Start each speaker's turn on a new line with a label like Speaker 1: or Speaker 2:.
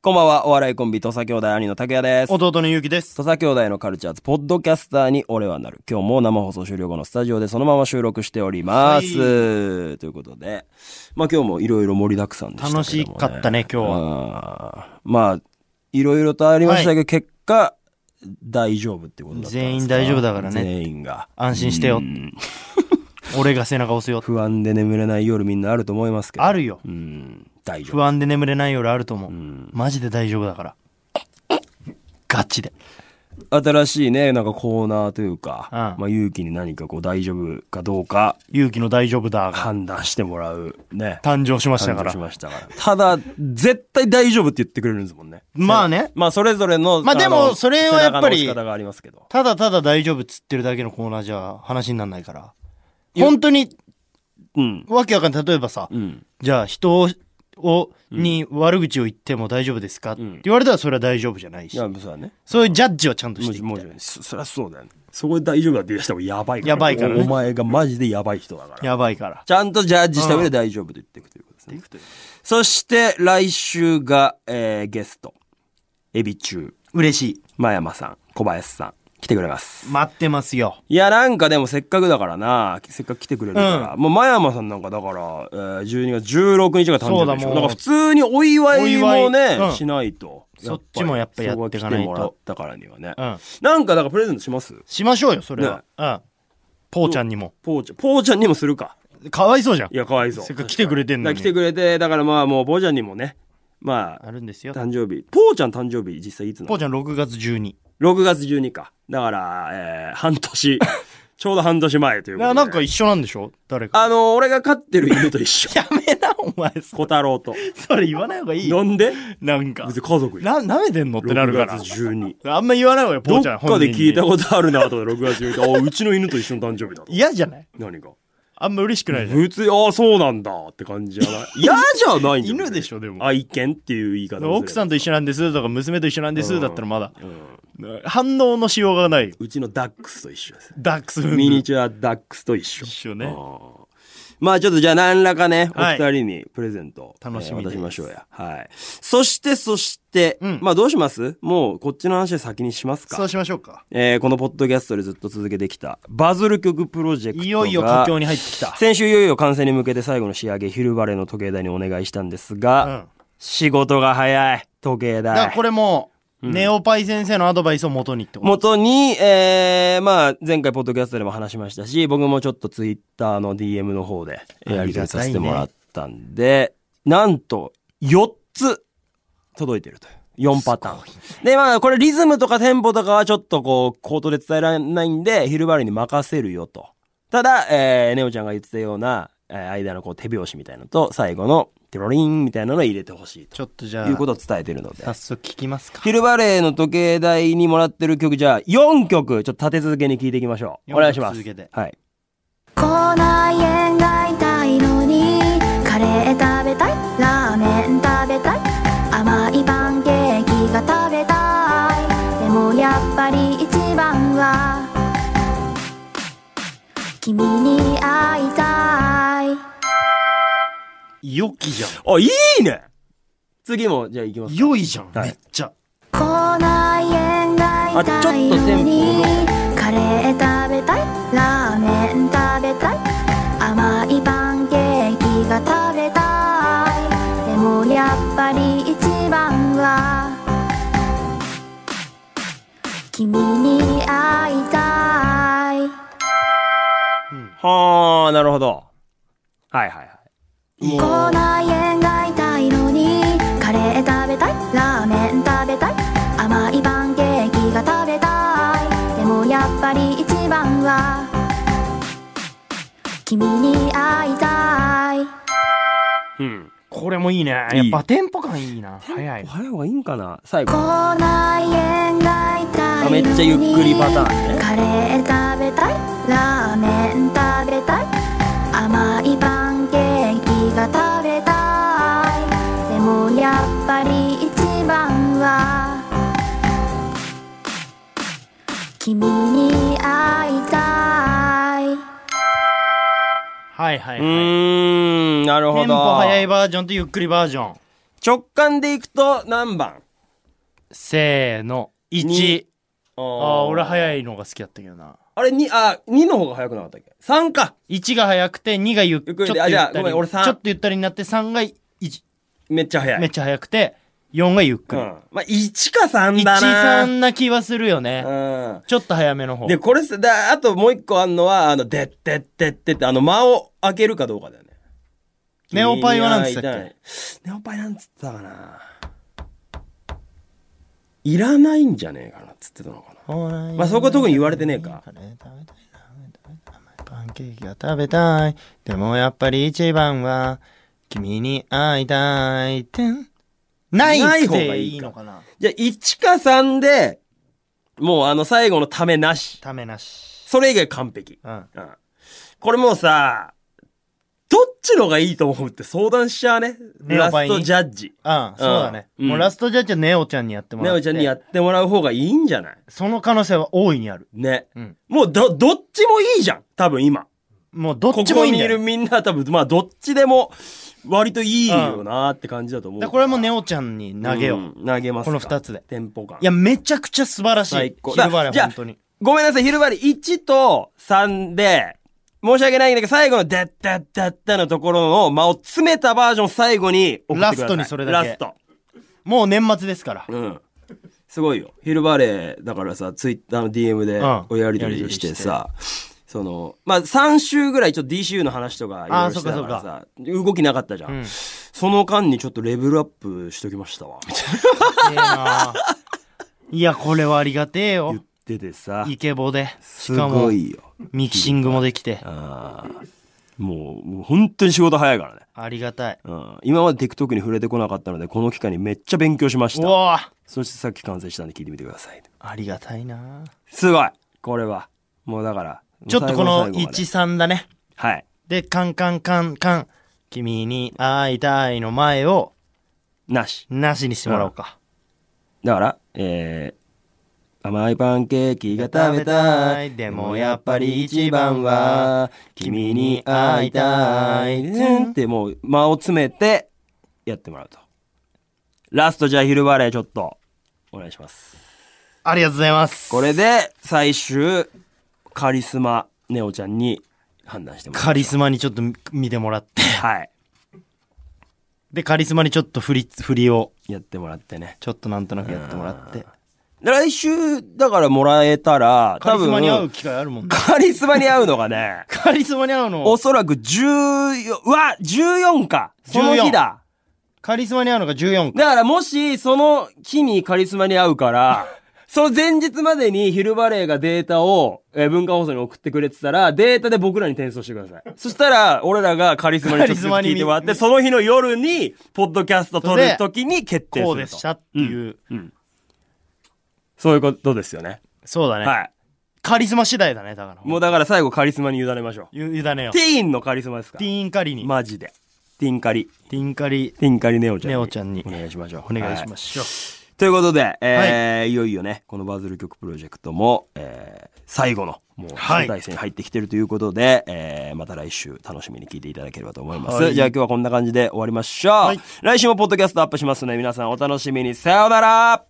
Speaker 1: こんばんは、お笑いコンビ、土佐兄弟兄の拓也です。土
Speaker 2: 弟のゆうきです。
Speaker 1: 佐兄弟のカルチャーズ、ポッドキャスターに俺はなる。今日も生放送終了後のスタジオでそのまま収録しております。ということで、まあ今日もいろいろ盛りだくさんでしたけども、
Speaker 2: 楽しかったね、今日は。
Speaker 1: は。まあ、いろいろとありましたけど、結果、大丈夫ってことだったんですか
Speaker 2: 全員大丈夫だからね
Speaker 1: 全員が。
Speaker 2: 安心してよ。 俺が背中押すよ。
Speaker 1: 不安で眠れない夜みんなあると思いますけど。
Speaker 2: あるよ
Speaker 1: う。ん、大丈夫。
Speaker 2: 不安で眠れない夜あると思う。マジで大丈夫だから。ガチで。
Speaker 1: 新しいね、なんかコーナーというか、
Speaker 2: うん
Speaker 1: まあ勇気に何かこう大丈夫かどうか
Speaker 2: 勇気の大丈夫だが
Speaker 1: 判断してもらうね。
Speaker 2: 誕生しました
Speaker 1: 誕
Speaker 2: か
Speaker 1: 生
Speaker 2: ら
Speaker 1: し。ましたから。ただ、絶対大丈夫って言ってくれるんですもんね。
Speaker 2: まあね。
Speaker 1: まあそれぞれの、
Speaker 2: まあでも
Speaker 1: の
Speaker 2: それはやっぱり
Speaker 1: 背中の押し方がありますけど。
Speaker 2: ただただ大丈夫っつってるだけのコーナーじゃ話にならないから。本当に、
Speaker 1: うん。
Speaker 2: わけわかんない。例えばさ、
Speaker 1: うん。
Speaker 2: じゃあ人を、をに悪口を言っても大丈夫ですか、って言われたらそれは大丈夫じゃない
Speaker 1: い
Speaker 2: し
Speaker 1: や、。そうだね。
Speaker 2: そういうジャッジはちゃんとしていきたい
Speaker 1: もう、もう、そそりゃそうだよね。そこで大丈夫だって言う人もやばいから。
Speaker 2: やばいからね
Speaker 1: おお前がマジでやばい人だから。
Speaker 2: やばいから。
Speaker 1: ちゃんとジャッジした上で大丈夫と言っていくということですね。そして、来週が、えー、ゲスト。エビ中。
Speaker 2: 嬉しい。
Speaker 1: 真山さん、小林さん、来てくれます。
Speaker 2: 待ってますよ。
Speaker 1: いや、なんかでもせっかくだからな、せっかく来てくれるから。もう真山さんなんかだから、えー、12月16日が誕
Speaker 2: そう
Speaker 1: 生
Speaker 2: だ
Speaker 1: 日でしょ。
Speaker 2: もう
Speaker 1: だから普通にお祝いもね、
Speaker 2: お祝いうん
Speaker 1: しないと。
Speaker 2: そっちもやっぱやって
Speaker 1: そこは来
Speaker 2: かないと
Speaker 1: てもらったからにはね。
Speaker 2: うん。
Speaker 1: なんかだからプレゼントします
Speaker 2: しましょうよ、それは。うん。ポーちゃんにも。
Speaker 1: ポーちゃん。ポーちゃんにもするか。
Speaker 2: かわいそうじゃん
Speaker 1: い。や、かわいそう。
Speaker 2: せっかく来てくれてんの
Speaker 1: だから
Speaker 2: に。
Speaker 1: 来てくれて、だからまあもうポーちゃんにもね、まあ、
Speaker 2: あるんですよ。
Speaker 1: 誕生日。ポーちゃん誕生日実際いつな
Speaker 2: ポー
Speaker 1: の
Speaker 2: ちゃん6月12。
Speaker 1: ?6 月12か。だから、えー、半 年。ちょうど半年前ということ
Speaker 2: な
Speaker 1: で。
Speaker 2: なんか、一緒なんでしょ誰か。
Speaker 1: あの、俺が飼ってる犬と一緒。
Speaker 2: やめな、お前。そ
Speaker 1: 小太郎と。
Speaker 2: それ言わない方がいいよ。
Speaker 1: なんで
Speaker 2: なんか。
Speaker 1: 別に家族よ
Speaker 2: な、舐めてんのってなるか
Speaker 1: 6
Speaker 2: ら。
Speaker 1: 月12。
Speaker 2: あんま言わない方がよ、ポ
Speaker 1: ど
Speaker 2: ー
Speaker 1: っ
Speaker 2: ちゃん。
Speaker 1: かで聞いた
Speaker 2: 本
Speaker 1: ことあるなと思って、6月12日。あ、うちの犬と一緒の誕生日だと
Speaker 2: 人に。嫌じゃない
Speaker 1: 何が
Speaker 2: あんま嬉しくないじゃん。
Speaker 1: 普通、ああ、そうなんだって感じじ ゃない。嫌じゃないんだよ
Speaker 2: 犬でしょでも
Speaker 1: 愛犬っていう言い方
Speaker 2: 奥さん
Speaker 1: ん
Speaker 2: と一緒なんですとか、娘と一緒なんですだったらまだ。
Speaker 1: うん。
Speaker 2: 反応のしようがないよ。
Speaker 1: うちのダックスと一緒です。
Speaker 2: ダックスフンド
Speaker 1: ミニチュアダックスと一緒。
Speaker 2: 一緒ね。
Speaker 1: あーまあちょっとじゃあ何らかね、お二
Speaker 2: はい
Speaker 1: 人にプレゼントを、
Speaker 2: 楽しみ
Speaker 1: えー渡
Speaker 2: で
Speaker 1: し
Speaker 2: す
Speaker 1: ましょうや。はい。そして、そして、
Speaker 2: うん
Speaker 1: まあどうしますもうこっちの話先にしますか
Speaker 2: そうしましょうか。
Speaker 1: えーこのポッドキャストでずっと続けてきたバズる曲プロジェクトが
Speaker 2: いよいよ佳境に入ってきた。
Speaker 1: 先週いよいよ完成に向けて最後の仕上げ昼バレの時計台にお願いしたんですが、
Speaker 2: うん。
Speaker 1: 仕事が早い時計
Speaker 2: だから
Speaker 1: 台
Speaker 2: これも、ネオパイ先生のアドバイスを元にってこと
Speaker 1: 元に、えー、まあ前回ポッドキャストでも話しましたし僕もちょっとツイッターの DM の方で
Speaker 2: ありがたいね
Speaker 1: やり取りさせてもらったんで、なんと4つ届いてるという。4パターン。で、まあ、これリズムとかテンポとかはちょっとこう、口頭で伝えられないんで、昼バレに任せるよと。ただ、えー、ネオちゃんが言ってたような、えー、間のこう手拍子みたいなのと、最後のテロリンみたいなのを入れてほしいと
Speaker 2: ちょっとじゃ
Speaker 1: いうこ
Speaker 2: あ、
Speaker 1: とを伝えてるので。
Speaker 2: 早速聞きますか。
Speaker 1: 昼バレーの時計台にもらってる曲じゃあ4曲ちょっと立て続けに聴いていきましょうお願いします
Speaker 2: 四曲続けて
Speaker 1: はい
Speaker 3: 口内炎が痛いのにカレー食べたいラーメン食べたい甘いパンケーキが食べたいでもやっぱり一番は君に会いたい
Speaker 2: 良きじゃん。
Speaker 1: あいいね次もじゃあいきますか
Speaker 2: 良いじゃん、
Speaker 1: はい
Speaker 2: めっちゃ。
Speaker 3: 口内炎が痛い
Speaker 1: あちょっとテ
Speaker 3: の
Speaker 1: ンポ
Speaker 3: に
Speaker 1: の
Speaker 3: カレー食べたいラーメン食べたい甘いパンケーキが食べたいでもやっぱり一番は君に会いたい
Speaker 1: はあなるほどはいはいはいもう
Speaker 3: 口内炎が痛いのにカレー食べたいラーメン食べたい甘いパンケーキが食べたいでもやっぱり一番は君に会いたい
Speaker 1: うん
Speaker 2: これもいいね。や
Speaker 1: いい
Speaker 2: っぱテンポ感いいな。早い。
Speaker 1: 早い方がいいんかな最後
Speaker 3: 口内炎が痛いのに
Speaker 1: めっちゃゆっくりパターンね
Speaker 3: カレー食べたいラーメン食べたい甘いパンケーキが食べたいでもやっぱり一番は君に会いたい
Speaker 2: はいはいうはい。
Speaker 1: ーんなるほど
Speaker 2: テンポ早いバージョンとゆっくりバージョン。
Speaker 1: 直感でいくと何番
Speaker 2: せーの。1
Speaker 1: に。あ
Speaker 2: ああ、俺
Speaker 1: い。
Speaker 2: 早いのが好きだったけどな。
Speaker 1: あれ、2、あ、2の方が早くなかったっけ ?3 か。
Speaker 2: 1が早くて、2がゆっ
Speaker 1: ゆっ
Speaker 2: ち
Speaker 1: く
Speaker 2: ょ
Speaker 1: り
Speaker 2: っと
Speaker 1: で
Speaker 2: ゆ
Speaker 1: あじゃあ
Speaker 2: ったり。
Speaker 1: ごめん俺三
Speaker 2: ちょっとゆったりになって、3が1、
Speaker 1: めっちゃ早い。
Speaker 2: めっちゃ早くて、4がゆっく
Speaker 1: う
Speaker 2: り。
Speaker 1: ん。まあ、1か3
Speaker 2: 1、
Speaker 1: だな。
Speaker 2: 3な気はするよね。
Speaker 1: うん。
Speaker 2: ちょっと早めの方。
Speaker 1: で、これさ、だあともう一個あんのは、あの、でってってってって、あの、間を開けるかどうかだよね。
Speaker 2: ネオパイはなんつったっけ
Speaker 1: ネオパイなんつったかないらないんじゃねえかなっつってたのかな。ま
Speaker 2: ま
Speaker 1: あそこは特に言われてねえか
Speaker 2: カレー食べたいな食べたいなパンケーキが食べたい。でもやっぱり一番は、君に会いたい。てん。ない
Speaker 1: ない
Speaker 2: っ
Speaker 1: 方が
Speaker 2: て
Speaker 1: い
Speaker 2: いい
Speaker 1: いか
Speaker 2: のかな
Speaker 1: じゃあ、1か3で、もうあの、最後のためなし。
Speaker 2: ためなし。
Speaker 1: それ以外完璧。
Speaker 2: うん。
Speaker 1: うん。これもうさ、どっちのがいいと思うって相談しちゃうね。
Speaker 2: ネ
Speaker 1: ラ
Speaker 2: オパ
Speaker 1: ス
Speaker 2: イに
Speaker 1: トジャッジ。
Speaker 2: あそうだね。
Speaker 1: うん
Speaker 2: もうラストジャッジはネオちゃんにやっても
Speaker 1: ネ
Speaker 2: らって。
Speaker 1: オちゃんにやってもらう方がいいんじゃない
Speaker 2: その可能性は大いにある。
Speaker 1: ね。
Speaker 2: うん。
Speaker 1: もうど、どっちもいいじゃん。多分今。
Speaker 2: もうど
Speaker 1: こ
Speaker 2: っちも
Speaker 1: こ
Speaker 2: いいん
Speaker 1: に
Speaker 2: だ
Speaker 1: いる
Speaker 2: よ。
Speaker 1: みんな多分、まあどっちでも割といいよなって感じだと思う
Speaker 2: だからこれはもうネ
Speaker 1: オ
Speaker 2: オちゃんに投げよう。
Speaker 1: 投げますか。
Speaker 2: この二つで
Speaker 1: テンポ感。
Speaker 2: いや、めちゃくちゃ素晴らし
Speaker 1: 最
Speaker 2: い。
Speaker 1: 高
Speaker 2: 昼バレ
Speaker 1: じゃあ
Speaker 2: 本当に。
Speaker 1: ごめんなさい、昼バり1と3で、申し訳ないんだけど、最後のでったったったのところの間を詰めたバージョン最後に送ってください。
Speaker 2: ラストにそれだけ
Speaker 1: ラスト。
Speaker 2: もう年末ですから。
Speaker 1: うん。すごいよ。ヒルバレーだからさ、ツイッターの DM で
Speaker 2: うん
Speaker 1: おやり取りしてさ、その、まあ、3週ぐらいちょっと DCU の話とかいろいろしてたからさ、動きなかったじゃん,、
Speaker 2: うん
Speaker 1: その間にちょっとレベルアップしときましたわ、みたいな
Speaker 2: ええないや、これはありがてえ
Speaker 1: 言
Speaker 2: よ
Speaker 1: っ。ててさ、
Speaker 2: イケボで。し
Speaker 1: す
Speaker 2: かも
Speaker 1: ご、いよ。
Speaker 2: ミキシングもできて。
Speaker 1: あーもう、もう本当に仕事早いからね。
Speaker 2: ありがたい。
Speaker 1: うん、今まで TikTok に触れてこなかったので、この機会にめっちゃ勉強しまし
Speaker 2: う
Speaker 1: た。
Speaker 2: わ
Speaker 1: そしてさっき完成したんで聞いてみてください。
Speaker 2: ありがたいな
Speaker 1: すごいこれは。もうだから、
Speaker 2: ちょっとこの
Speaker 1: 最後最後まで
Speaker 2: 1、3だね。
Speaker 1: はい。
Speaker 2: で、カンカンカンカン。君に会いたいの前を、
Speaker 1: なし。
Speaker 2: なしにしてもらおうか。
Speaker 1: だから、えー、甘いパンケーキが食べたい。でもやっぱり一番は、君に会いたい。ってもう間を詰めて、やってもらうと。ラストじゃあ昼バレーちょっと、お願いします。
Speaker 2: ありがとうございます。
Speaker 1: これで、最終、カリスマ、ネオちゃんに判断してもらう。
Speaker 2: カリスマにちょっと見てもらって。
Speaker 1: はい。
Speaker 2: で、カリスマにちょっと振り、振りを、
Speaker 1: やってもらってね。
Speaker 2: ちょっとなんとなくやってもらって。
Speaker 1: 来週、だからもらえたら、
Speaker 2: カ
Speaker 1: 多
Speaker 2: リスマに会う
Speaker 1: 分、
Speaker 2: 機会あるもんね。
Speaker 1: カリスマに会うのがね、
Speaker 2: カリスマに会うの
Speaker 1: おそらく14、うわ !14 かその日だ
Speaker 2: カリスマに会うのが14か。
Speaker 1: だからもし、その日にカリスマに会う から、その前日までに昼バレーがデータを、えー文化放送に送ってくれてたら、データで僕らに転送してください。 そしたら、俺らがカリスマに直接聞いてもらっ
Speaker 2: カ
Speaker 1: て、
Speaker 2: リス
Speaker 1: その日の夜に、ポッドキャスト撮る時に決定すると。
Speaker 2: こうでしたっていう。
Speaker 1: うん。そういうことですよね。
Speaker 2: そうだね。
Speaker 1: はい。
Speaker 2: カリスマ次第だね、だから。
Speaker 1: も
Speaker 2: も
Speaker 1: う
Speaker 2: う、
Speaker 1: だから最後カリスマに委ねましょ
Speaker 2: ゆ、ゆだねよ
Speaker 1: う。。ティーンのカリスマですか
Speaker 2: テ
Speaker 1: ら。
Speaker 2: ィーンカリに。
Speaker 1: マジで。ティーンカリ。
Speaker 2: ティーンカリ、
Speaker 1: ティンカリネオちゃんに。
Speaker 2: ネオちゃんに
Speaker 1: お願いしましょ
Speaker 2: お
Speaker 1: う。
Speaker 2: 願いしま
Speaker 1: は
Speaker 2: しょう。
Speaker 1: いということで、えーい、よいよね、このバズる曲プロジェクトも、えー最後の、もう、
Speaker 2: はい
Speaker 1: 大戦に入ってきてるということで、えーまた来週楽しみに聞いていただければと思います。
Speaker 2: はい
Speaker 1: じゃあ今日はこんな感じで終わりましょう。
Speaker 2: はい
Speaker 1: 来週もポッドキャストアップしますので、皆さんお楽しみに。さようなら